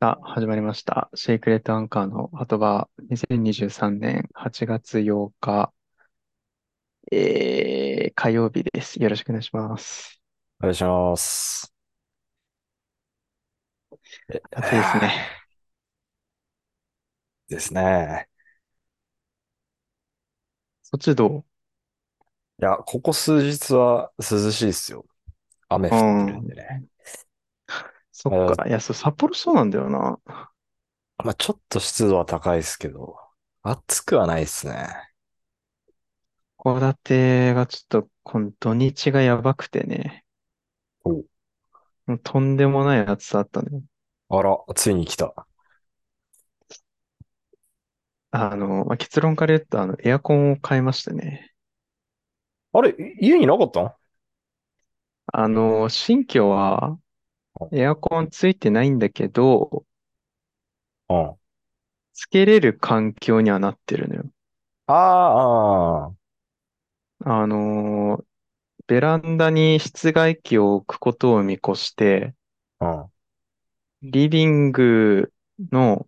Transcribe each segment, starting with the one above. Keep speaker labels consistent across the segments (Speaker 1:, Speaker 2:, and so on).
Speaker 1: さあ、始まりました。シークレットアンカーの後場、2023年8月8日、えー、火曜日です。よろしくお願いします。
Speaker 2: お願いします。え
Speaker 1: 暑いですね。
Speaker 2: ですね。
Speaker 1: そっちど
Speaker 2: いや、ここ数日は涼しいですよ。雨
Speaker 1: うう
Speaker 2: 降ってるん
Speaker 1: ん。
Speaker 2: でね。
Speaker 1: そっか。いや、そう、札幌そうなんだよな。
Speaker 2: あまあ、ちょっと湿度は高いですけど、暑くはないですね。
Speaker 1: 函館がちょっと、この土日がやばくてね、
Speaker 2: お
Speaker 1: もうとんでもない暑さあったね。
Speaker 2: あら、ついに来た。
Speaker 1: あの、まあ、結論から言うと、あの、エアコンを買いましてね。
Speaker 2: あれ、い家になかったの
Speaker 1: あの、新居は、エアコンついてないんだけど、
Speaker 2: うん。
Speaker 1: つけれる環境にはなってるのよ。
Speaker 2: ああ、あー
Speaker 1: あのーベランダに室外機を置くことを見越して、
Speaker 2: あ
Speaker 1: リビングの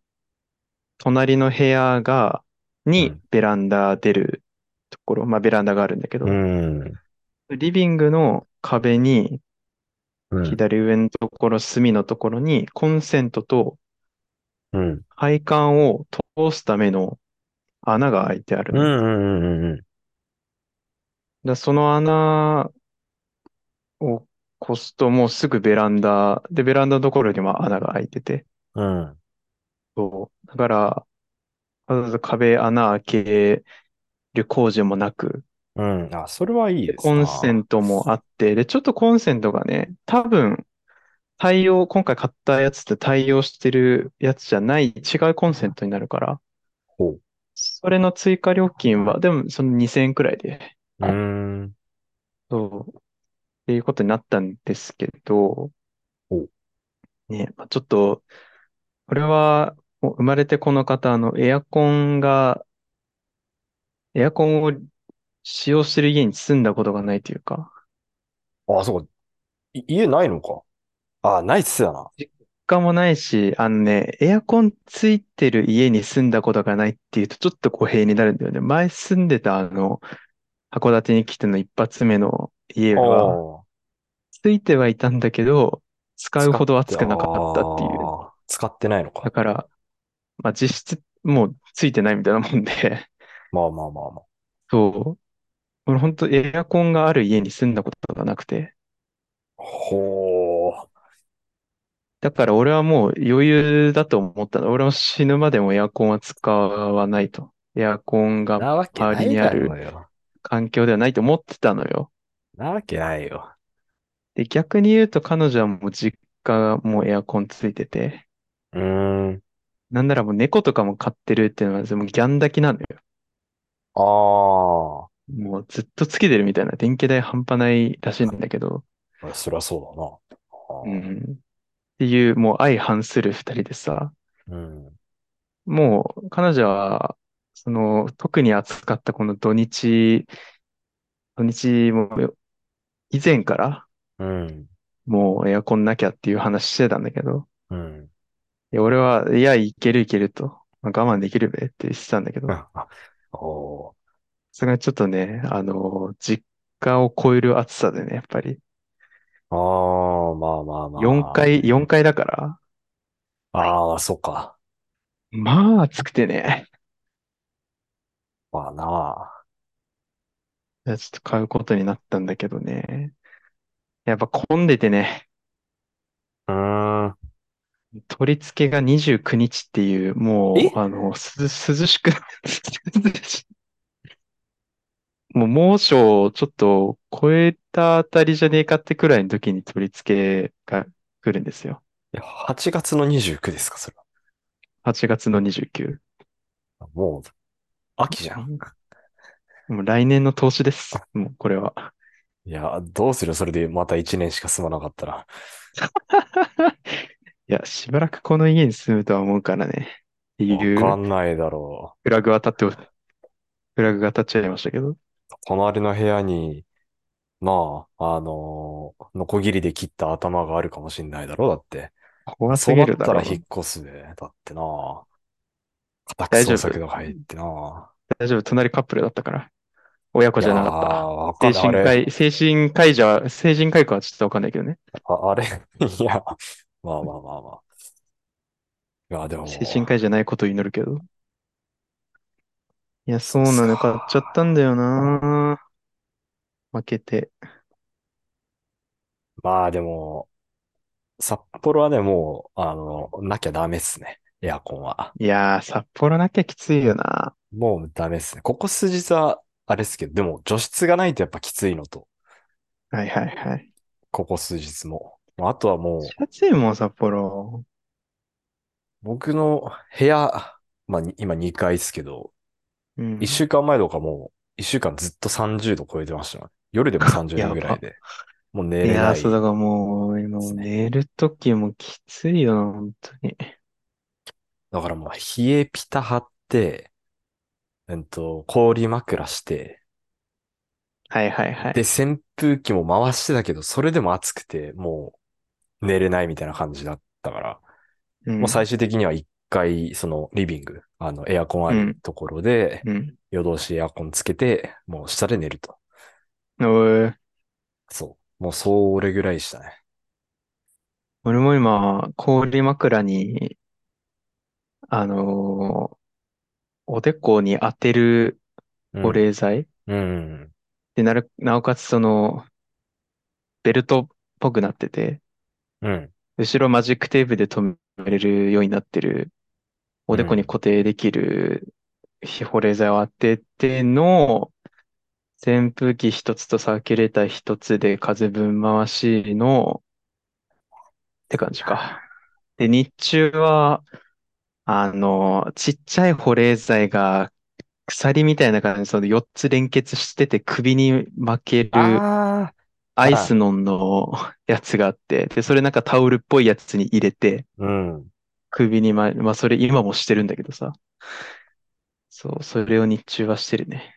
Speaker 1: 隣の部屋が、
Speaker 2: ー、
Speaker 1: にベランダ出るところ、まあベランダがあるんだけ
Speaker 2: う
Speaker 1: ど、
Speaker 2: ん。うん。
Speaker 1: リビングの壁に、
Speaker 2: うん。
Speaker 1: 左上のところ、隅のところに、コンセントと
Speaker 2: うん。
Speaker 1: 配管を通すための穴が開いてある
Speaker 2: う
Speaker 1: のよ。だか
Speaker 2: ん。うん。うん。
Speaker 1: らその穴を越すともうすぐベランダ、で、ベランダのところには穴が開いてて、
Speaker 2: うん。うん
Speaker 1: そう。だから、わざわざ壁穴開ける工事もなく、
Speaker 2: うんあ、それはいい
Speaker 1: で、
Speaker 2: です
Speaker 1: コンセ
Speaker 2: な。
Speaker 1: ントもあって、で、ちょっとコンセントがね、多分、対応、今回買ったやつって対応してるやつじゃない、違うコンセントになるから、
Speaker 2: ほう。
Speaker 1: それの追加料金は、でもその2000円くらいで、
Speaker 2: うーん。
Speaker 1: そう、っていうことになったんですけど、
Speaker 2: ほう。
Speaker 1: ね、まあちょっと、これは、もう生まれてこの方、あの、エアコンが、エアコンを使用してる家に住んだことがないというか、
Speaker 2: あ、そうか。い家ないのか。あ、ないっすよな。
Speaker 1: 実家もないし、あのね、エアコンついてる家に住んだことがないっていうとちょっと語弊になるんだよね。前住んでたあの、函館に来ての一発目の家
Speaker 2: あ
Speaker 1: は、
Speaker 2: あ。
Speaker 1: ついてはいたんだけど、使う
Speaker 2: 使
Speaker 1: ほ
Speaker 2: っ
Speaker 1: ど
Speaker 2: て、
Speaker 1: 暑く
Speaker 2: あ
Speaker 1: なかったっていう。
Speaker 2: あ、使ってないの
Speaker 1: だ
Speaker 2: か。
Speaker 1: から、まあ実質もうついてないみたいなもんで、
Speaker 2: まあまあまあまあ。
Speaker 1: そう。俺本当エアコンがある家に住んだことがなくて。
Speaker 2: ほー。
Speaker 1: だから俺はもう余裕だと思ったの。俺は死ぬまでもエアコンは使わないと。エアコンが
Speaker 2: なわけ
Speaker 1: 周
Speaker 2: な
Speaker 1: り
Speaker 2: い
Speaker 1: にあ
Speaker 2: だ
Speaker 1: る
Speaker 2: ろうよ。
Speaker 1: 環境ではないと思ってたのよ。
Speaker 2: なわけないよ。
Speaker 1: で、逆に言うと彼女はもう実家がもうエアコンついてて、
Speaker 2: うーん。
Speaker 1: なんならもう猫とかも飼ってるっていうのは全部ギャン泣きなのよ。
Speaker 2: ああ。
Speaker 1: もうずっとつけてるみたいな。電気代半端ないらしいんだけど。
Speaker 2: そりゃそうだ
Speaker 1: う
Speaker 2: な。
Speaker 1: ん。っていうもう相反する二人でさ、
Speaker 2: あーうん。
Speaker 1: もう彼女は、その特に暑かったこの土日、土日も以前から
Speaker 2: うん。
Speaker 1: もうエアコンなきゃっていう話してたんだけど、
Speaker 2: うん。
Speaker 1: いや俺は、いや、いけるいけると、まあ我慢できるべって言ってたんだけど、
Speaker 2: おー。
Speaker 1: それがちょっとね、あの、実家を超える暑さでね、やっぱり、
Speaker 2: ああ、まあまあ
Speaker 1: 4
Speaker 2: ま
Speaker 1: 階、4階だから、
Speaker 2: あ。ああ、そっか。
Speaker 1: まあ暑くてね、
Speaker 2: まあなあ。
Speaker 1: いやちょっと買うことになったんだけどね、やっぱ混んでてね、
Speaker 2: うーん。
Speaker 1: 取り付けが29日っていう、も
Speaker 2: え
Speaker 1: う、あの、す、涼しく 涼しもう猛暑をちょっと超えたあたりじゃねえかってくらいの時に取り付けが来るんですよ。
Speaker 2: いや8月の29ですか、それは。
Speaker 1: 8月の29。
Speaker 2: もう、秋じゃん。
Speaker 1: もう来年の投資です。もうこれは。
Speaker 2: いや、どうするそれでまた1年しか住まなかったら。
Speaker 1: いや、しばらくこの家に住むとは思うからね。って
Speaker 2: わ
Speaker 1: い
Speaker 2: か
Speaker 1: うん
Speaker 2: ないだろ
Speaker 1: フラグは立って、フラグが立っちゃいましたけど。
Speaker 2: う。隣の部屋に、なあ、あのーノコギリで切った頭があるかもしんないだろう、だって。
Speaker 1: 怖す
Speaker 2: そう
Speaker 1: ぎ
Speaker 2: なっ
Speaker 1: るだ
Speaker 2: た
Speaker 1: ろう。
Speaker 2: ら引っ越すで。だってな。家
Speaker 1: 大
Speaker 2: 宅
Speaker 1: 丈夫
Speaker 2: 捜索が入ってな。
Speaker 1: 大丈夫、隣カップルだったから。親子じゃなか
Speaker 2: いやー
Speaker 1: っ
Speaker 2: わか
Speaker 1: た。
Speaker 2: んな
Speaker 1: 精神
Speaker 2: い。あれ
Speaker 1: 科医、精神科医じゃ、精神科医かはちょっとわかんないけどね。
Speaker 2: あ、あれ いや、まあまあまあまあ。いや、でも、
Speaker 1: 精神科医じゃないことを祈るけど。いや、そう
Speaker 2: そ
Speaker 1: な
Speaker 2: うっ
Speaker 1: の、
Speaker 2: す
Speaker 1: 買っ
Speaker 2: か
Speaker 1: ちゃったんだよな。負けて。
Speaker 2: まあでも、札幌はね、もう、あの、なきゃダメっすね。エアコンは。
Speaker 1: いやー、札幌なきゃきついよな。
Speaker 2: もうダメっすね。ここ数日は、あれっすけど、でも除湿がないとやっぱきついのと、
Speaker 1: はいはいはい。
Speaker 2: ここ数日も。あとはもう、
Speaker 1: 暑いもん、札幌。
Speaker 2: 僕の部屋、まあに今2階っすけど、
Speaker 1: うん。
Speaker 2: 1週間前とかもう、1週間ずっと30度超えてましたね。夜でも30
Speaker 1: や
Speaker 2: 度
Speaker 1: ば
Speaker 2: ぐらい で。もう寝
Speaker 1: い
Speaker 2: れ
Speaker 1: や
Speaker 2: な
Speaker 1: ー、
Speaker 2: い。
Speaker 1: そうだからもう、今もう寝るときもきついよな、本当に。
Speaker 2: だからもう、冷えピタ張って、うんと、氷枕して、
Speaker 1: はいはいはい。
Speaker 2: で、扇風機も回してたけど、それでも暑くて、もう、寝れないみたいな感じだったから、
Speaker 1: うん
Speaker 2: もう最終的には一回、その、リビング、あの、エアコンあるところで、
Speaker 1: うん。
Speaker 2: 夜通しエアコンつけて、もう下で寝ると。
Speaker 1: おい
Speaker 2: そう。もう、それぐらいしたね。
Speaker 1: 俺も今、氷枕に、あのーおでこに当てる
Speaker 2: うん
Speaker 1: 保。冷剤、
Speaker 2: うん。
Speaker 1: で、なる、なおかつその、ベルトっぽくなってて、
Speaker 2: うん。
Speaker 1: 後ろマジックテープで留めれるようになってる、おでこに固定できる保冷剤を当てての、扇風機一つとサーキュレーター一つで風分回しの、って感じか。で、日中は、あの、ちっちゃい保冷剤が、鎖みたいな感じで、その4つ連結してて首に巻ける、
Speaker 2: あ
Speaker 1: アイスノンのやつがあって、で、それなんかタオルっぽいやつに入れて、
Speaker 2: ー。うん。
Speaker 1: 首にま、まあ、それ今もしてるんだけどさ。そう、それを日中はしてるね。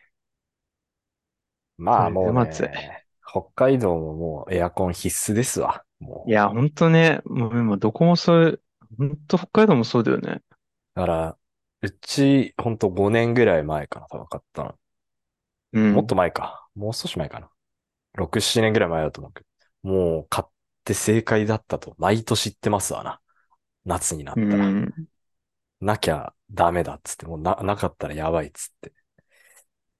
Speaker 2: ま
Speaker 1: そ
Speaker 2: あ
Speaker 1: れで
Speaker 2: もう、
Speaker 1: も暑い
Speaker 2: ね、北海道ももうエアコン必須ですわ。もう
Speaker 1: い。や、ほんとね、もう今どこもそう、ほんと北海道もそうだよね。
Speaker 2: だから、うち、ほんと5年ぐらい前かな、多分買ったの。
Speaker 1: うん。
Speaker 2: もっと前か。もう少し前かな。6、7年ぐらい前だと思うけど。もう買って正解だったと、毎年言ってますわな。夏になった
Speaker 1: う
Speaker 2: ら。
Speaker 1: ん。
Speaker 2: なきゃダメだっつって、もうな、なかったらやばいっつって。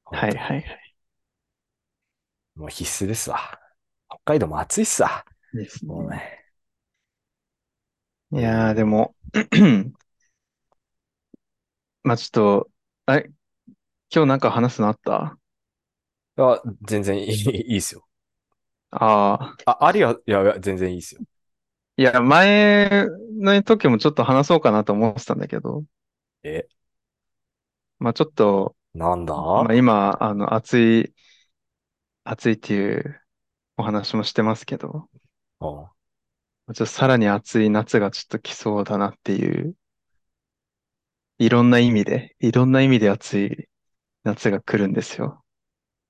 Speaker 2: ほんと
Speaker 1: はいはいはい。
Speaker 2: もう必須ですわ。北海道も暑いっすわ。
Speaker 1: です
Speaker 2: もう
Speaker 1: ね。
Speaker 2: ね。
Speaker 1: いやー、でも、 まあちょっと、あれ、今日なんか話すのあった
Speaker 2: あ、全然いい、いいっすよ。
Speaker 1: ああ。
Speaker 2: あ、ありは、いや、いや全然いいっすよ。
Speaker 1: いや、前の時もちょっと話そうかなと思ってたんだけど、
Speaker 2: え、
Speaker 1: まあちょっと、
Speaker 2: なんだ
Speaker 1: まあ今、あの、暑い、暑いっていうお話もしてますけど、ち
Speaker 2: うん
Speaker 1: ょっとさらに暑い夏がちょっと来そうだなっていう、いろんな意味で、いろんな意味で暑い夏が来るんですよ。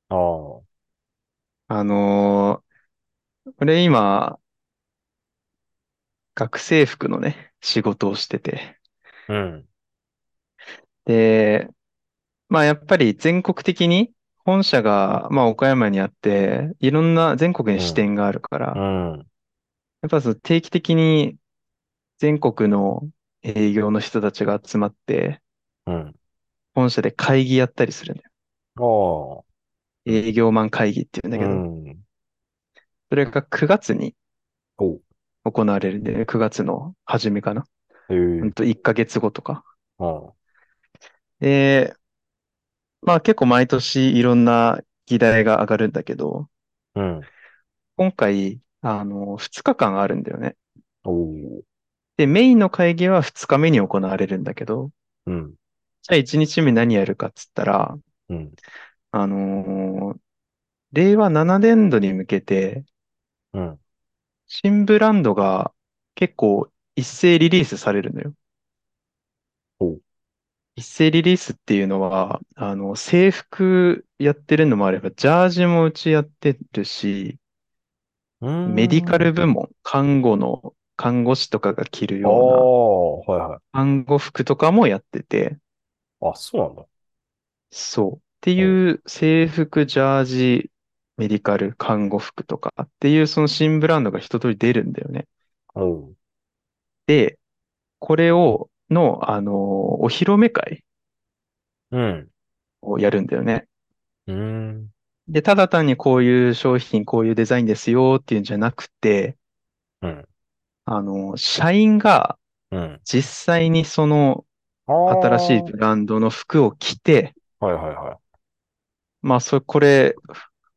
Speaker 2: ああ。
Speaker 1: あのー、俺今、学生服のね、仕事をしてて、
Speaker 2: うん。
Speaker 1: で、まあやっぱり全国的に本社が、まあ、岡山にあって、いろんな全国に支店があるから、
Speaker 2: う
Speaker 1: や
Speaker 2: ん。
Speaker 1: っぱその定期的に全国の営業の人たちが集まって、
Speaker 2: うん。
Speaker 1: 本社で会議やったりするんだよ。
Speaker 2: ああ。
Speaker 1: 営業マン会議っていうんだけ
Speaker 2: う
Speaker 1: ど、
Speaker 2: ん。
Speaker 1: それが9月に
Speaker 2: お、
Speaker 1: 行われるんで、9月の初めかな。
Speaker 2: ええ
Speaker 1: ほんと1ヶ月後とか。
Speaker 2: うん。
Speaker 1: で、まあ結構毎年いろんな議題が上がるんだけど、
Speaker 2: うん。
Speaker 1: 今回、あの、2日間あるんだよね。
Speaker 2: おう
Speaker 1: で、メインの会議は2日目に行われるんだけど、
Speaker 2: うん。
Speaker 1: じゃあ1日目何やるかっつったら、
Speaker 2: うん。
Speaker 1: あのー令和7年度に向けて、
Speaker 2: うん。
Speaker 1: 新ブランドが結構一斉リリースされるのよ
Speaker 2: ほう。
Speaker 1: 一斉リリースっていうのは、あの、制服やってるのもあれば、ジャージもうちやってるし、メディカル部門、看護の看護師とかが着る
Speaker 2: ああ、
Speaker 1: よ
Speaker 2: はいは
Speaker 1: うな、看護服とかもやってて、
Speaker 2: い。あ、そうなんだ。
Speaker 1: そう。っていう制服、ジャージ、メディカル、看護服とかっていうその新ブランドが一通り出るんだよね。
Speaker 2: おう。
Speaker 1: で、これを、の、あのー、お披露目会
Speaker 2: うん。
Speaker 1: をやるんだよね。
Speaker 2: うーん。
Speaker 1: で、ただ単にこういう商品、こういうデザインですよっていうんじゃなくて、
Speaker 2: うん。
Speaker 1: あのー、社員が
Speaker 2: うん。
Speaker 1: 実際にその
Speaker 2: ああ。
Speaker 1: 新しいブランドの服を着て、
Speaker 2: はいはいは
Speaker 1: まあ、そ、これ、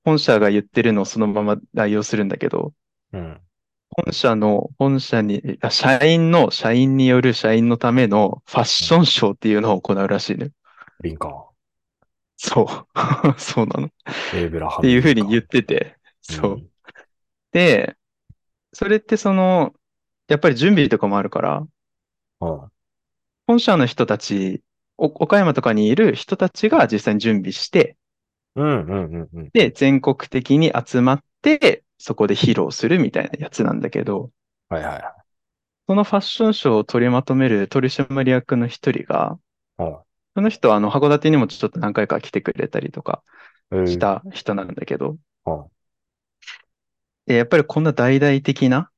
Speaker 1: 本社が言ってるのをそのまま代用するんだけど、
Speaker 2: い。うん。
Speaker 1: 本社の、本社に、あ社員の、社員による社員のためのファッションショーっていうのを行うらしいね。
Speaker 2: 敏感。
Speaker 1: そう。 そうなの。っ
Speaker 2: エーブラハム。
Speaker 1: ていうふうに言ってて。そう。
Speaker 2: ん。
Speaker 1: で、それってその、やっぱり準備とかもあるから、
Speaker 2: うん。
Speaker 1: 本社の人たち、お岡山とかにいる人たちが実際に準備して、
Speaker 2: うんうんうんうん。
Speaker 1: で、全国的に集まって、そこで披露するみたいなやつなんだけど、
Speaker 2: はいはいは
Speaker 1: そのファッションショーを取りまとめる取締役の一人が、
Speaker 2: い。は
Speaker 1: その人はあの函館にもちょっと何回か来てくれたりとか
Speaker 2: い。えー
Speaker 1: し。た人なんだけど、
Speaker 2: は
Speaker 1: でやっぱりこんな大々的な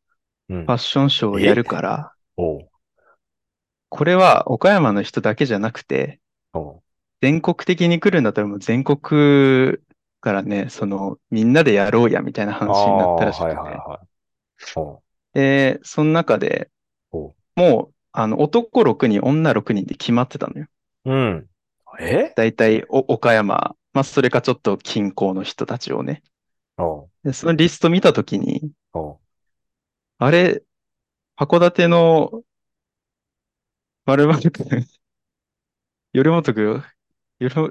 Speaker 2: うん。
Speaker 1: ファッションショーをやるから、
Speaker 2: おう。
Speaker 1: これは岡山の人だけじゃなくて、
Speaker 2: おう。
Speaker 1: 全国的に来るんだったらもう全国からね、そのみんなでやろうやみたいな話になったらしく
Speaker 2: あ
Speaker 1: て、
Speaker 2: ーはいはいはい。おう。
Speaker 1: で、その中で
Speaker 2: おう
Speaker 1: もうあの男6人、女6人で決まってたのよ。
Speaker 2: うん。え
Speaker 1: 大体お岡山、まあそれかちょっと近郊の人たちをね。
Speaker 2: おう。
Speaker 1: でそのリスト見たときに、
Speaker 2: おう。
Speaker 1: あれ、函館の〇〇くん、 よりもとくよ、よりも、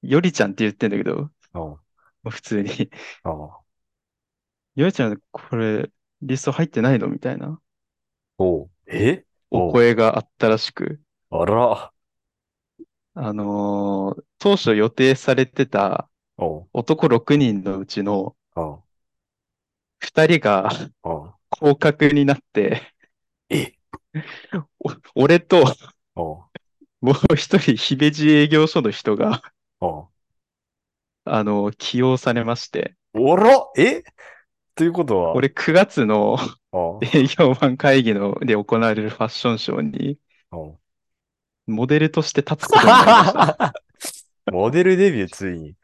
Speaker 1: よりちゃんって言ってんだけど、も
Speaker 2: おう。
Speaker 1: う普通に、
Speaker 2: おう。
Speaker 1: よりちゃん、これ、リスト入ってないのみたいな
Speaker 2: おう。え
Speaker 1: お
Speaker 2: う。
Speaker 1: 声があったらしく、
Speaker 2: あら。
Speaker 1: あのー当初予定されてた
Speaker 2: おう。
Speaker 1: 男6人のうちの
Speaker 2: おう。
Speaker 1: 2人が
Speaker 2: おう。
Speaker 1: 降格になって、
Speaker 2: え
Speaker 1: お俺と、
Speaker 2: おう。
Speaker 1: もう一人、姫路営業所の人が、
Speaker 2: おう。
Speaker 1: あの、起用されまして、
Speaker 2: おらえということは、
Speaker 1: 俺9月の
Speaker 2: おう。
Speaker 1: 営業マン会議ので行われるファッションショーに、
Speaker 2: おう。
Speaker 1: モデルとして立つことになりま した。
Speaker 2: モデルデビューついに。い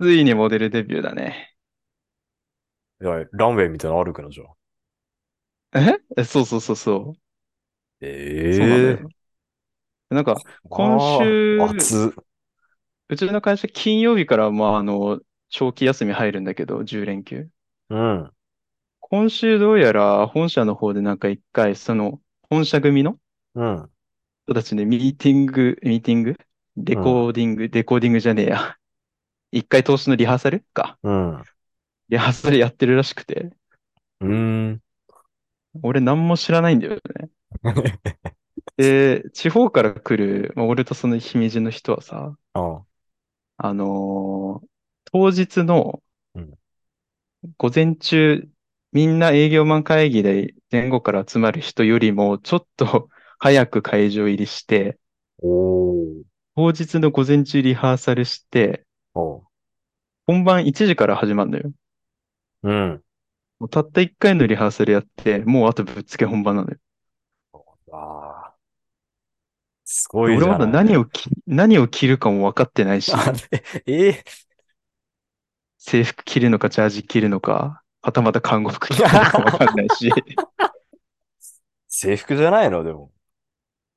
Speaker 1: ついにモデルデビューだね。
Speaker 2: やランウェイみたいなのあるからじゃあ。
Speaker 1: ええそうそうそうそう。
Speaker 2: え
Speaker 1: そうなの
Speaker 2: え
Speaker 1: よ。なんか、今週
Speaker 2: あー熱。
Speaker 1: うちの会社金曜日から、まあ、あの、長期休み入るんだけど、10連休。
Speaker 2: うん。
Speaker 1: 今週どうやら本社の方でなんか一回、その、本社組の
Speaker 2: うん。
Speaker 1: 人たちでミーティング、ミーティングレコーディング、レコーディングじゃねえや。一回投資のリハーサルか。
Speaker 2: うん。う
Speaker 1: リハーサルやってるらしくて。
Speaker 2: ーん。
Speaker 1: 俺何も知らないんだよね。 で、地方から来る、まあ、俺とその姫路の人はさ、
Speaker 2: あ
Speaker 1: あのー当日の
Speaker 2: うん
Speaker 1: 午前中、みんな営業マン会議で前後から集まる人よりも、ちょっと早く会場入りして、
Speaker 2: おー
Speaker 1: 当日の午前中リハーサルして、
Speaker 2: お
Speaker 1: 本番1時から始まるのよ。
Speaker 2: う。うん。
Speaker 1: もうたった1回のリハーサルやって、もうあとぶっつけ本番なのよ。
Speaker 2: ああ。すごい
Speaker 1: 俺
Speaker 2: じ
Speaker 1: ま
Speaker 2: ゃ
Speaker 1: だ
Speaker 2: ない。
Speaker 1: 何を着、何を着るかも分かってないし、
Speaker 2: あ ええ
Speaker 1: 制服着るのかジャージ着るのか、はたまた看護服着るのか分かんないし、い
Speaker 2: 制服じゃないのでも。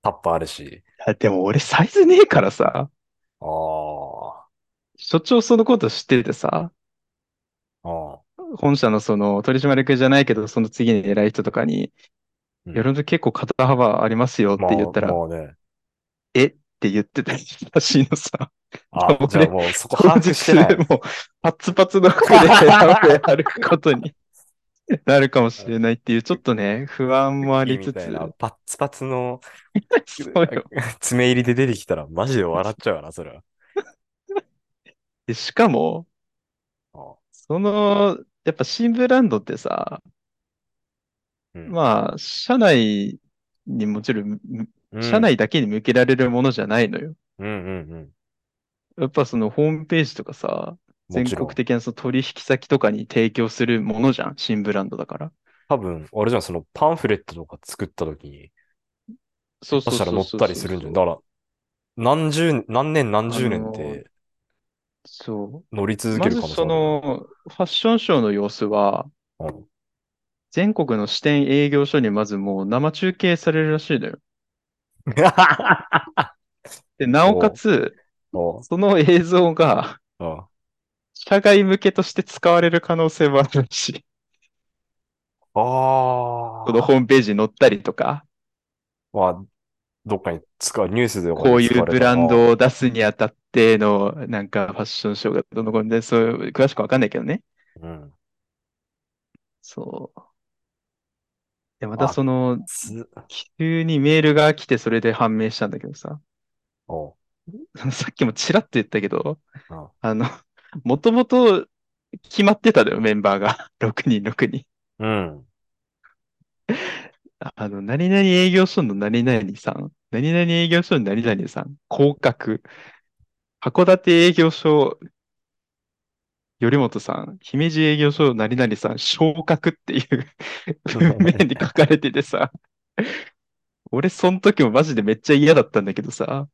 Speaker 2: タッパあるし。
Speaker 1: や でも俺サイズねえからさ、
Speaker 2: ああ。
Speaker 1: 所長そのこと知っててさ、
Speaker 2: ああ。
Speaker 1: 本社のその取締役じゃないけど、その次に偉い人とかに、
Speaker 2: うん
Speaker 1: いやると結構肩幅ありますよって言ったら、っ
Speaker 2: もうもうね。
Speaker 1: て言ってたらしいのさ。
Speaker 2: あ
Speaker 1: 俺
Speaker 2: じゃあもうそこ把握してない。
Speaker 1: もう、パツパツの服でランウェイ歩くこと になるかもしれないっていう、ちょっとね、不安もありつ
Speaker 2: みた
Speaker 1: つ
Speaker 2: い、なパッツパツの
Speaker 1: そうよ
Speaker 2: 爪入りで出てきたらマジで笑っちゃうわな、それは。
Speaker 1: でしかも、
Speaker 2: あ
Speaker 1: その、やっぱ新ブランドってさ、
Speaker 2: うん
Speaker 1: まあ、社内にもちろん、
Speaker 2: うん
Speaker 1: 社内だけに向けられるものじゃないのよ。
Speaker 2: うんうんうん。
Speaker 1: やっぱそのホームページとかさ、
Speaker 2: も
Speaker 1: 全
Speaker 2: ちろん
Speaker 1: 国。的なその取引先とかに提供するものじゃん。新ブランドだから。
Speaker 2: 多分、あれじゃん、そのパンフレットとか作った時に、
Speaker 1: そうそ
Speaker 2: そ
Speaker 1: う
Speaker 2: した
Speaker 1: そ
Speaker 2: ら載
Speaker 1: う
Speaker 2: っ
Speaker 1: そう
Speaker 2: たりするんじゃん。
Speaker 1: そう
Speaker 2: だから、何十、何年何十年っ
Speaker 1: あの
Speaker 2: て
Speaker 1: そう。
Speaker 2: 乗り続
Speaker 1: ま
Speaker 2: ける
Speaker 1: ず
Speaker 2: かもし
Speaker 1: そ
Speaker 2: れない。
Speaker 1: の、ファッションショーの様子は、
Speaker 2: うん
Speaker 1: 全国の支店営業所にまずもう生中継されるらしいのよ。で、なおかつ、
Speaker 2: も
Speaker 1: その映像が、
Speaker 2: ううん
Speaker 1: 社外向けとして使われる可能性もあるしい、
Speaker 2: あ
Speaker 1: このホームページに載ったりとか、
Speaker 2: あ。まあ、どっかに使う、ニュースで
Speaker 1: こういうブランドを出すにあたっての、なんかファッションショーがどのこうで、そういう、詳しくわかんないけどね。
Speaker 2: うん。
Speaker 1: そう。で、また
Speaker 2: あ
Speaker 1: その、
Speaker 2: つ、
Speaker 1: 急にメールが来てそれで判明したんだけどさ、
Speaker 2: おう
Speaker 1: さっきもちらっと言ったけど
Speaker 2: うん、
Speaker 1: あの、 もともと決まってたのよ、メンバーが。6人、6人。
Speaker 2: うん。
Speaker 1: あの、何々営業所の何々さん、何々営業所の何々さん、降格、函館営業所、頼本さん、姫路営業所の何々さん、昇格っていう 文面に書かれててさ、 俺、その時もマジでめっちゃ嫌だったんだけどさ、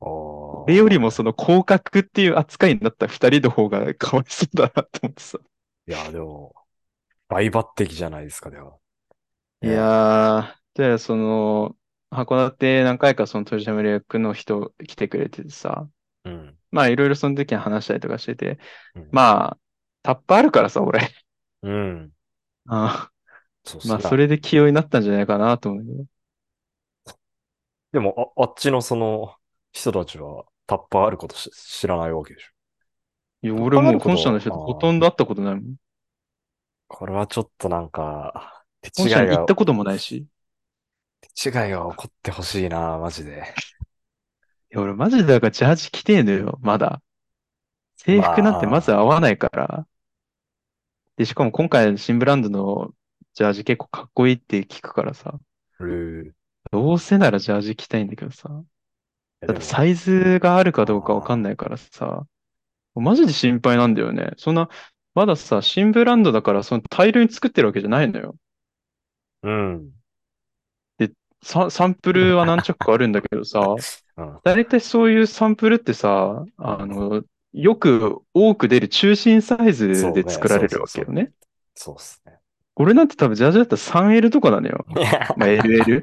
Speaker 2: お
Speaker 1: 俺よりもその降格っていう扱いになった二人の方がかわいそうだなと思ってさ。
Speaker 2: いや、でも、大抜擢じゃないですか、でも。
Speaker 1: いやー、じゃあその、函館何回かその取締役の人来てくれててさ、
Speaker 2: うん。
Speaker 1: まあいろいろその時に話したりとかしてて
Speaker 2: うん、
Speaker 1: まあ、タッパあるからさ、俺。
Speaker 2: うん。
Speaker 1: あ
Speaker 2: そう
Speaker 1: あまあ
Speaker 2: そ
Speaker 1: そ
Speaker 2: れ。
Speaker 1: れで起用になったんじゃないかなと思うよ。
Speaker 2: でも、あ、あっちのその人たちは、タッパーあることし知らないわけでしょ。
Speaker 1: いや、
Speaker 2: タッパー
Speaker 1: 俺
Speaker 2: あ
Speaker 1: も
Speaker 2: る
Speaker 1: う
Speaker 2: こと
Speaker 1: 本社の人とほとんど会ったことないもん。
Speaker 2: これはちょっとなんか、手
Speaker 1: 本
Speaker 2: 違い
Speaker 1: 社に行
Speaker 2: が
Speaker 1: った、こともないし。い
Speaker 2: 手違いが起こってほしいな、マジで。
Speaker 1: や、俺マジでだからジャージ着てえのよ、まだ。制服なんてまず合わないから。で、しかも今回の新ブランドのジャージ結構かっこいいって聞くからさ。
Speaker 2: うん
Speaker 1: どうせならジャージ着たいんだけどさ。だってサイズがあるかどうかわかんないからさ。マジで心配なんだよね。そんな、まださ、新ブランドだから、その大量に作ってるわけじゃないのよ。
Speaker 2: うん。
Speaker 1: サ、サンプルは何着かあるんだけどさ、
Speaker 2: うん。
Speaker 1: だいたいそういうサンプルってさ、あの、よく多く出る中心サイズ
Speaker 2: そうね
Speaker 1: で作られるわけよね。
Speaker 2: そうっすね。
Speaker 1: 俺なんて多分ジャージだったら 3L とかなのよ。まあ、LL、LL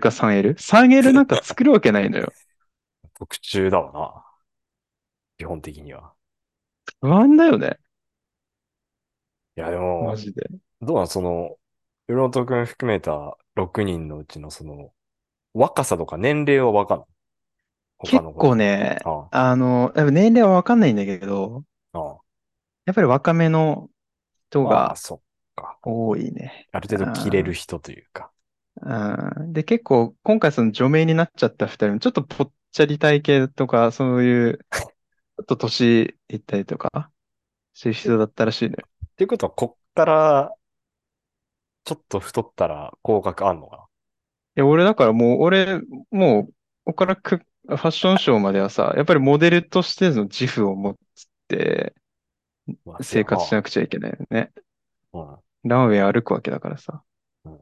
Speaker 1: か 3L。3L なんか作るわけないのよ。
Speaker 2: 特注だわな。基本的には。
Speaker 1: 不安だよね。
Speaker 2: いや、で
Speaker 1: マ
Speaker 2: も、
Speaker 1: ジで。
Speaker 2: どうなんその、ヨロト君含めた6人のうちのその、若さとか年齢はわかんない。
Speaker 1: 結
Speaker 2: 他の子
Speaker 1: 構ね、
Speaker 2: あ
Speaker 1: あの、やっぱ年齢はわかんないんだけど、
Speaker 2: あ、あ
Speaker 1: やっぱり若めの人
Speaker 2: あ、あ
Speaker 1: が
Speaker 2: あ、そう。
Speaker 1: 多いね。
Speaker 2: ある程度切れる人というか。
Speaker 1: うん、で、結構、今回その除名になっちゃった二人も、ちょっとぽっちゃり体型とか、そういう、ちょっと年いったりとか、そういう人だったらしいのよ。
Speaker 2: っていうことは、こっから、ちょっと太ったら降格あんのか
Speaker 1: いや、俺だからもう、俺、もう、ここからく、ファッションショーまではさ、やっぱりモデルとしての自負を持って
Speaker 2: な
Speaker 1: 生活しな
Speaker 2: く
Speaker 1: くちゃいけないよね。
Speaker 2: うん。
Speaker 1: ランウェイ歩くわけだからさ。
Speaker 2: うん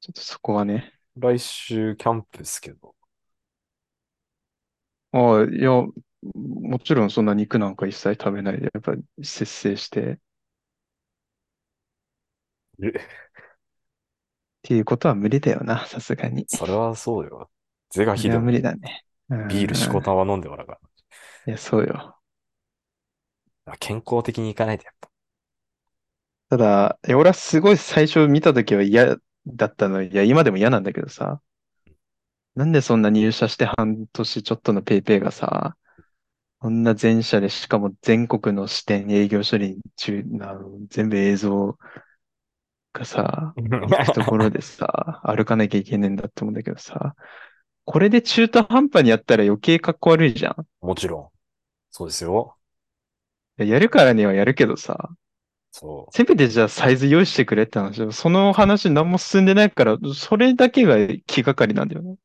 Speaker 1: ちょっとそこはね。
Speaker 2: 来週キャンプっすけど。
Speaker 1: ああ、いや、もちろんそんな肉なんか一切食べないで、やっぱり節制してっ
Speaker 2: え
Speaker 1: ていうことは無理だよな、さすがに。
Speaker 2: それはそうよ。ゼガ
Speaker 1: そ
Speaker 2: ヒ
Speaker 1: れ
Speaker 2: で
Speaker 1: は無
Speaker 2: も
Speaker 1: 理だね。
Speaker 2: ビールしこ
Speaker 1: と。
Speaker 2: たま飲んでもらうか
Speaker 1: いや、そうよ。
Speaker 2: ら。健康的にいかないとやっぱ。
Speaker 1: ただ、いや俺はすごい最初見たときは嫌だったの、いや、今でも嫌なんだけどさ。なんでそんな入社して半年ちょっとのペイペイがさ、こんな全社で、しかも全国の支店営業処理中、あの全部映像がさ、行く ところでさ、歩かなきゃいけねえんだと思うんだけどさ、これで中途半端にやったら余計かっこ悪いじゃん。
Speaker 2: もちろん。そうですよ。
Speaker 1: やるからにはやるけどさ、
Speaker 2: そう。
Speaker 1: せめてじゃあサイズ用意してくれって話だよその話何も進んでないから、それだけが気がかりなんだよね。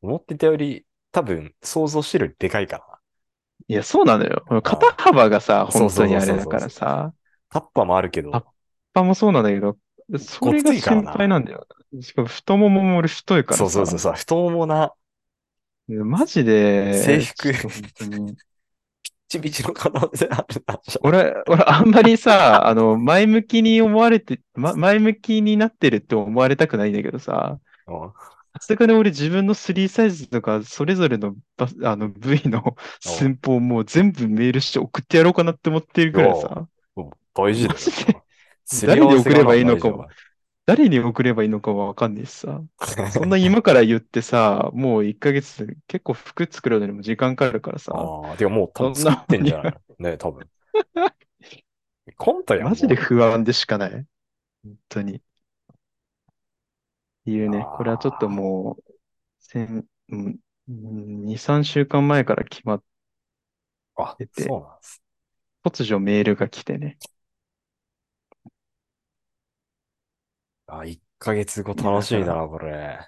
Speaker 2: 思ってたより、多分、想像してるよりでかいからな。
Speaker 1: いや、そうなのよ。
Speaker 2: ー
Speaker 1: 肩幅がさ、
Speaker 2: そう
Speaker 1: 本
Speaker 2: そ
Speaker 1: 当
Speaker 2: う
Speaker 1: に
Speaker 2: そう
Speaker 1: あ
Speaker 2: そ
Speaker 1: れ
Speaker 2: うそう
Speaker 1: だからさ。
Speaker 2: タッパーもあるけど、
Speaker 1: あパンもそうなんだけど、それが
Speaker 2: ごっついか
Speaker 1: 心
Speaker 2: らな
Speaker 1: 配なんだよ。しかも太ももも俺太いから
Speaker 2: そ
Speaker 1: さ。
Speaker 2: うそうそうそう、太ももな、
Speaker 1: マジで、
Speaker 2: 制服
Speaker 1: ちょっと本当に
Speaker 2: ちびちの可能性あるな。
Speaker 1: 俺、俺、あんまりさ、あの、前向きに思われて、ま、前向きになってるって思われたくないんだけどさ、
Speaker 2: うん
Speaker 1: さすがに俺自分の3サイズとか、それぞれのバス、あの、部位の寸法もう全部メールして送ってやろうかなって思ってるくらいさ、
Speaker 2: もう大事だよ
Speaker 1: マジで。
Speaker 2: すり合わ
Speaker 1: 誰に送
Speaker 2: せが
Speaker 1: ればいいのか も誰に送ればいいのかもわかんねえしさ、
Speaker 2: 大丈夫
Speaker 1: そんな今から言ってさ、 もう1ヶ月で結構服作るのにも時間かかるからさ、
Speaker 2: ああ、でももう多分
Speaker 1: そんな
Speaker 2: 作ってんじゃないのね、多分。コントやん
Speaker 1: マジで
Speaker 2: もう
Speaker 1: 不安でしかない。本当に。っていうね、これはちょっともう、先、うん、2、3週間前から決まっ、
Speaker 2: あ
Speaker 1: 出、て
Speaker 2: そうなんです。
Speaker 1: 突如メールが来てね。
Speaker 2: あ、1ヶ月後楽しみだな、これ。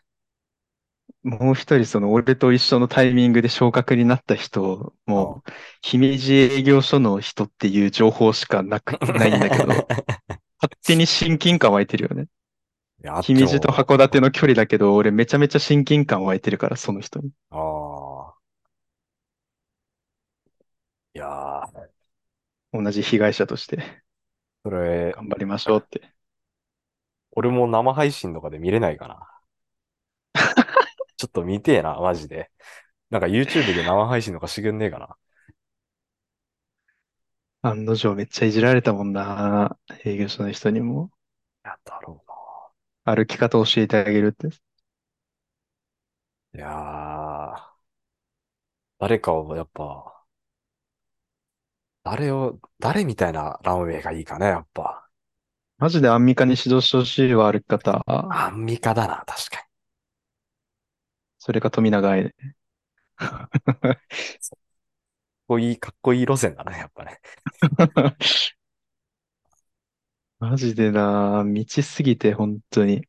Speaker 1: もう一人、その俺と一緒のタイミングで昇格になった人、もう、姫路営業所の人っていう情報しかなく、ないんだけ ど、勝手に親近感湧いてるよね。
Speaker 2: いやあっても
Speaker 1: 姫路と函館の距離だけど、俺めちゃめちゃ親近感湧いてるから、その人に。
Speaker 2: ああ。いやー、
Speaker 1: 同じ被害者として
Speaker 2: それ、
Speaker 1: 頑張りましょうって。
Speaker 2: 俺も生配信とかで見れない かな。ちょっと見てえな、マジで。なんか YouTube で生配信とかしてくんねえかな。
Speaker 1: 案の定めっちゃいじられたもんな。営業所の人にも
Speaker 2: いや、だろう
Speaker 1: 歩き方教えてあげるって。
Speaker 2: な。いやー、誰かをやっぱ、誰を、誰みたいなランウェイがいいかね、やっぱ。
Speaker 1: マジでアンミカに指導してほしいわ、歩き方。
Speaker 2: アンミカだな、確か
Speaker 1: それか富永愛ね。
Speaker 2: に。かっこいい、かっこいい路線だね、やっぱね。
Speaker 1: マジでな、道すぎて本当に。
Speaker 2: い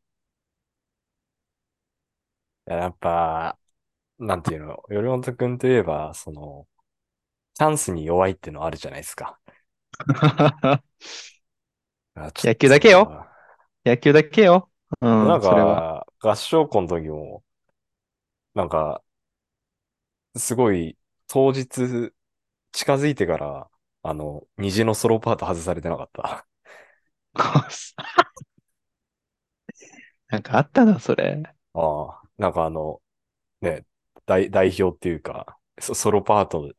Speaker 2: ややっぱ、なんていうの、ヨルモント君といえば、その、チャンスに弱いってのあるじゃないですか。あちょ
Speaker 1: 野
Speaker 2: っ
Speaker 1: 球だけよ。野球だけよ。う
Speaker 2: そ
Speaker 1: ん、
Speaker 2: のなん
Speaker 1: それは。
Speaker 2: か、合唱コンの時も、なんか、すごい、当日、近づいてから、あの、虹のソロパート外されてなかった。
Speaker 1: なんかあったな、それ。
Speaker 2: ああ、 なんかあの、ね、代、代表っていうか、ソ、ソロパート、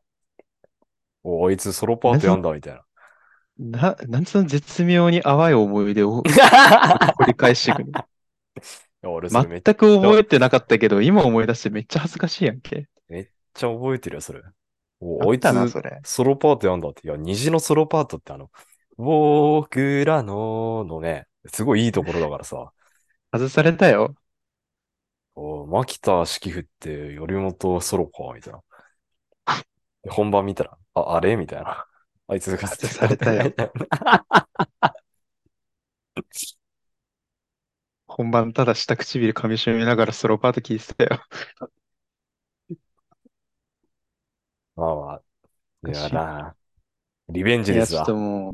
Speaker 2: お、あいつソロパートやんだ、みたい な。
Speaker 1: な、なんつうの絶妙に淡い思い出 を掘り返してくる。
Speaker 2: いや俺、それめっ
Speaker 1: 全く覚えてなかったけど、今思い出してめっちゃ恥ずかしいやんけ。
Speaker 2: ちゃ覚えてるよ、それ。お、
Speaker 1: あ
Speaker 2: あ
Speaker 1: っ
Speaker 2: い
Speaker 1: たな、
Speaker 2: つ、
Speaker 1: それ。
Speaker 2: ソロパートやんだって。いや、虹のソロパートってあの、僕らののね、すごいいいところだからさ。
Speaker 1: 外されたよ。
Speaker 2: お牧田式譜って、頼元ソロか、みたいな。で本番見たら、あ、あれみたいな。あいつが
Speaker 1: 外されたよ。本番ただ下唇噛みしめながらソロパート聞いてたよ。
Speaker 2: まあまあ、いや
Speaker 1: おかしい
Speaker 2: な。リベンジ
Speaker 1: い
Speaker 2: で
Speaker 1: や、
Speaker 2: す
Speaker 1: ちょ
Speaker 2: わ
Speaker 1: っ。ともう、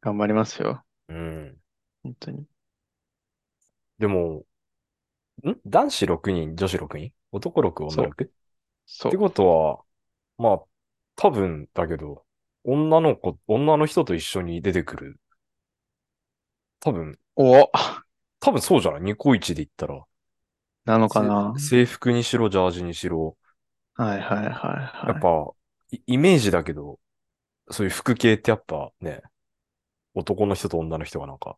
Speaker 1: 頑張りますよ。
Speaker 2: うん。
Speaker 1: 本当に。
Speaker 2: でも、ん男子6人、女子6人男6、
Speaker 1: そ
Speaker 2: 女
Speaker 1: う
Speaker 2: 6? っ
Speaker 1: そう
Speaker 2: て。ことは、まあ、多分だけど、女の子、女の人と一緒に出てくる。多分、
Speaker 1: お
Speaker 2: 多分そうじゃないニコイチで言ったら。
Speaker 1: なのかな
Speaker 2: せ制服にしろ、ジャージにしろ。
Speaker 1: はいはいはいはい。
Speaker 2: やっぱ、いイメージだけど、そういう服系ってやっぱね、男の人と女の人がなんか、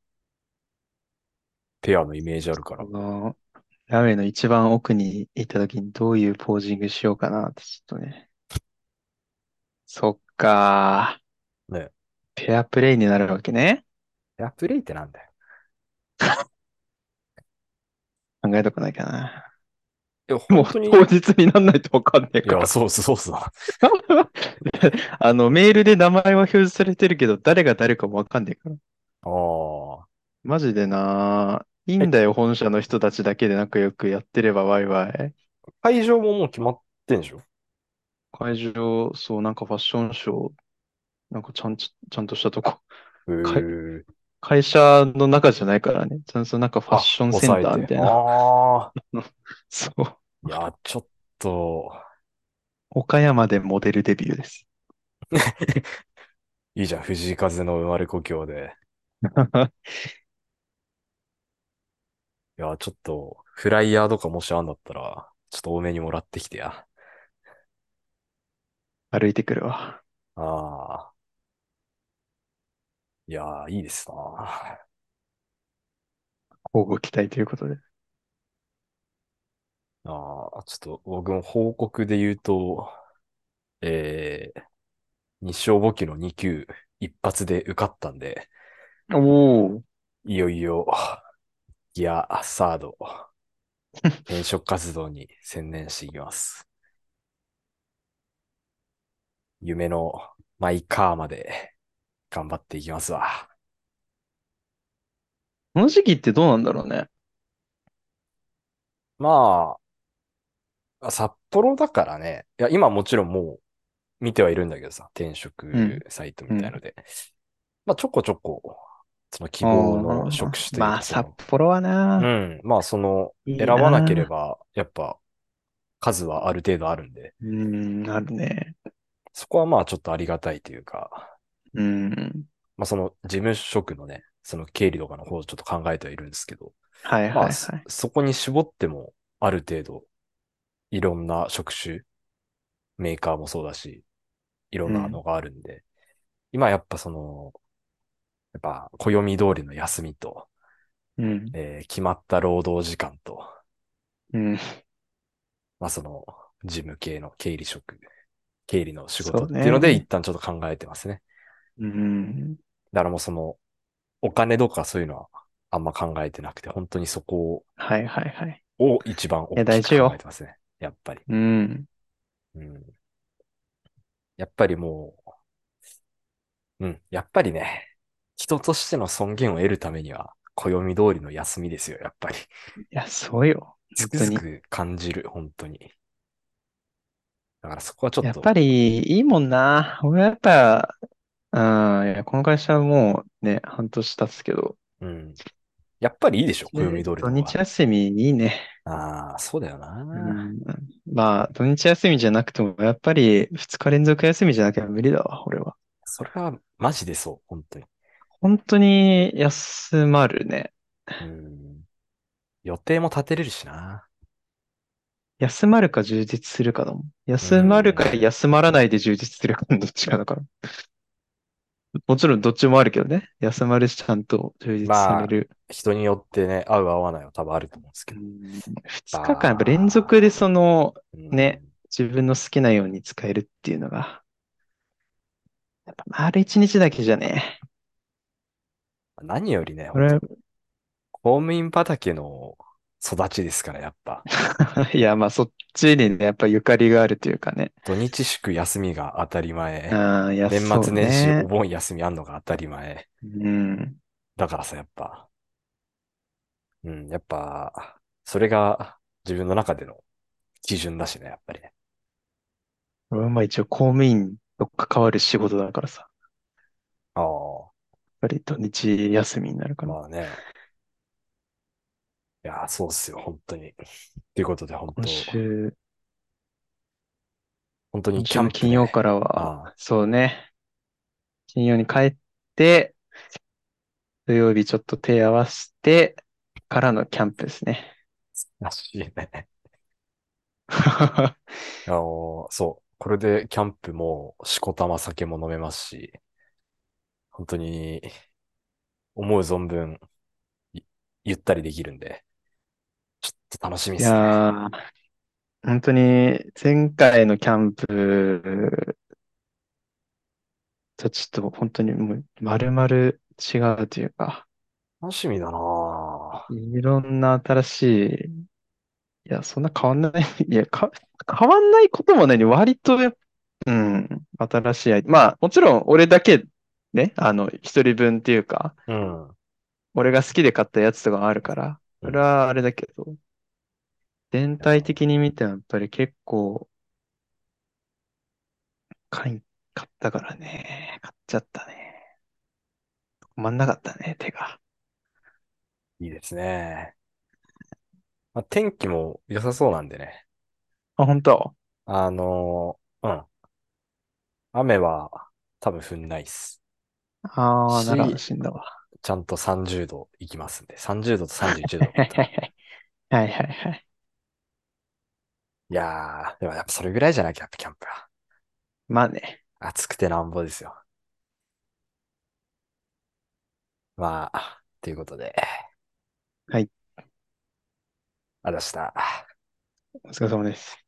Speaker 2: ペアのイメージあるから
Speaker 1: こ。の、ラメの一番奥に行った時にどういうポージングしようかなってちょっとね。そっかー
Speaker 2: ね
Speaker 1: ペアプレイになるわけね。
Speaker 2: ペアプレイってなんだよ。
Speaker 1: 考えとかなきゃな。
Speaker 2: いや、
Speaker 1: もう
Speaker 2: 本当に、い
Speaker 1: 当日になんないとわかんねえから
Speaker 2: や、。そうそうそうだ。
Speaker 1: あの、メールで名前は表示されてるけど、誰が誰かもわかんねえから。
Speaker 2: ああ。
Speaker 1: マジでなあいいんだよ、本社の人たちだけで仲良くやってればワイワイ。
Speaker 2: 会場ももう決まってんでしょ
Speaker 1: 会場、そう、なんかファッションショー、なんかちゃんち、ちゃんとしたとこ。
Speaker 2: へえ
Speaker 1: かい会社の中じゃないからね。ちゃんとなんかファッションセンターみたいな。
Speaker 2: あ
Speaker 1: そう。
Speaker 2: 抑えてあー。いや、ちょっと、
Speaker 1: 岡山でモデルデビューです。
Speaker 2: いいじゃん。藤井風の生まれ故郷で。いや、ちょっと、フライヤーとかもしあんだったら、ちょっと多めにもらってきてや。
Speaker 1: 歩いてくるわ。
Speaker 2: ああ。いやー、いいですな。
Speaker 1: 乞うご期待ということで。
Speaker 2: ああ、ちょっと僕も報告で言うと、えー、日照簿記の2級一発で受かったんで、
Speaker 1: おお。
Speaker 2: いよいよ、いや、サード、転職活動に専念していきます。夢のマイカーまで頑張っていきますわ。
Speaker 1: この時期ってどうなんだろうね。
Speaker 2: まあ、札幌だからね。いや、今もちろんもう見てはいるんだけどさ、転職
Speaker 1: ん
Speaker 2: サイトみたいので。まあ、ちょこちょこ、その希望の職種という
Speaker 1: まあ、
Speaker 2: かそ
Speaker 1: 札
Speaker 2: の
Speaker 1: 幌はな、
Speaker 2: うん。まあ、その、
Speaker 1: いい
Speaker 2: 選ばなけれ
Speaker 1: ば。
Speaker 2: ば、やっぱ、数はある程度あるんで、
Speaker 1: うん、なるね。
Speaker 2: そこはまあ、ちょっとありがたいというか、
Speaker 1: うん。
Speaker 2: まあ、その、事務職のね、その経理とかの方をちょっと考えてはいるんですけど、
Speaker 1: はい
Speaker 2: まあ、
Speaker 1: はい
Speaker 2: そ
Speaker 1: はい。
Speaker 2: そこに絞っても、ある程度、いろんな職種、メーカーもそうだし、いろんなのがあるんで、今やっぱその、やっぱ、暦通りの休みと、
Speaker 1: うん。
Speaker 2: えー決まった労働時間と、
Speaker 1: うん。
Speaker 2: まあ、その、事務系の経理職、経理の仕
Speaker 1: そう
Speaker 2: 事って
Speaker 1: ね
Speaker 2: いうので、一旦ちょっと考えてますね。
Speaker 1: うん。
Speaker 2: だからもうその、お金とかそういうのはあんま考えてなくて、本当にそこ
Speaker 1: はいはいはい。
Speaker 2: を一番
Speaker 1: いや
Speaker 2: 大
Speaker 1: 大事
Speaker 2: きく
Speaker 1: よ
Speaker 2: 考えてますね。やっぱり。
Speaker 1: うん。
Speaker 2: うん。やっぱりもう、うん。やっぱりね、人としての尊厳を得るためには、暦通りの休みですよ、やっぱり。
Speaker 1: いや、そうよ。
Speaker 2: つ
Speaker 1: 本
Speaker 2: く
Speaker 1: 当
Speaker 2: づ
Speaker 1: に。
Speaker 2: く感じる、本当に。だからそこはちょっ
Speaker 1: やっ
Speaker 2: と、
Speaker 1: ぱりいいもんな。俺はやっぱ、うん、いや、この会社はもうね、半年経つけど、
Speaker 2: うん。やっぱりいいでしょ、暦通りの
Speaker 1: 土
Speaker 2: 方が
Speaker 1: 日休みいいね。
Speaker 2: ああ、そうだよな。
Speaker 1: うん、まあ、土日休みじゃなくても、やっぱり2日連続休みじゃなきゃ無理だわ、俺は。
Speaker 2: それはマジでそう、本当に。
Speaker 1: 本当に休まるね。
Speaker 2: うん。予定も立てれるしな。
Speaker 1: 休まるか充実するかだもん。休まるか休まらないで充実するかの どっちかだから。もちろんどっちもあるけどね。休まるし、ちゃんと充実される。
Speaker 2: 人によってね、合う合わないは多分あると思うんですけど。
Speaker 1: 2日間やっぱ連続でその
Speaker 2: うん
Speaker 1: ね。自分の好きなように使えるっていうのが、やっぱ丸1日だけじゃね。
Speaker 2: 何よりね、
Speaker 1: これ
Speaker 2: 本当、公務員畑の育ちですから、やっぱ。
Speaker 1: いや、まあそっちにね、やっぱゆかりがあるというかね。
Speaker 2: 土日祝休みが当たり 前。
Speaker 1: ああ、いや、
Speaker 2: 年
Speaker 1: そ
Speaker 2: 末
Speaker 1: う
Speaker 2: 年始、
Speaker 1: ね
Speaker 2: お。盆休みあんのが当たり前。
Speaker 1: うん。
Speaker 2: だからさ、やっぱ。うん、やっぱ、それが自分の中での基準だしね、やっぱりね。
Speaker 1: 俺はまあ一応公務員と関わる仕事だからさ。やっぱ
Speaker 2: あ
Speaker 1: り土日休みになる
Speaker 2: あ、
Speaker 1: から。
Speaker 2: まあね。いやー、そうっすよ、本当に。ということで、本当
Speaker 1: 今、週、
Speaker 2: 本当に
Speaker 1: 今
Speaker 2: キ
Speaker 1: 週
Speaker 2: ャン
Speaker 1: の
Speaker 2: プ
Speaker 1: 金曜
Speaker 2: ね
Speaker 1: からは、
Speaker 2: ああ、
Speaker 1: そうね。金曜に帰って、土曜日ちょっと手合わせて、からのキャンプですね。
Speaker 2: らしいね。あのーそう。これでキャンプも、しこたま酒も飲めますし、本当に、思う存分、いゆったりできるんで、ちょっと楽しみ
Speaker 1: い
Speaker 2: ですね。
Speaker 1: やー、本当に前回のキャンプとちょっと本当にもう丸々違うというか、
Speaker 2: 楽しみだなぁ
Speaker 1: いろんな新しいいや、そんな変わんない。 いや、か、変わんないこともないね。割とやっ、うん、新しいアイデア。まあ、もちろん俺だけね、あの、一人分っていうか、
Speaker 2: うん。
Speaker 1: 俺が好きで買ったやつとかもあるから、
Speaker 2: うん
Speaker 1: それはあれだけど、全体的に見てもやっぱり結構、買い、買ったからね。買っちゃったね。止まんなかったね、手が。
Speaker 2: いいですね。まあ、天気も良さそうなんでね。
Speaker 1: あ、本当。
Speaker 2: あのーうん。雨は多分降んないっす。
Speaker 1: ああ、なら
Speaker 2: し
Speaker 1: 安心だわ。
Speaker 2: ちゃんと30度いきますんで。30度と31度。
Speaker 1: はい はいはい。はいはいはい。
Speaker 2: いやー、でもやっぱそれぐらいじゃなきゃ、やっぱキャンプは。
Speaker 1: まあね。
Speaker 2: 暑くてなんぼですよ。まあ、ということで。
Speaker 1: はい。
Speaker 2: ありがとうございました。
Speaker 1: お疲れ様です。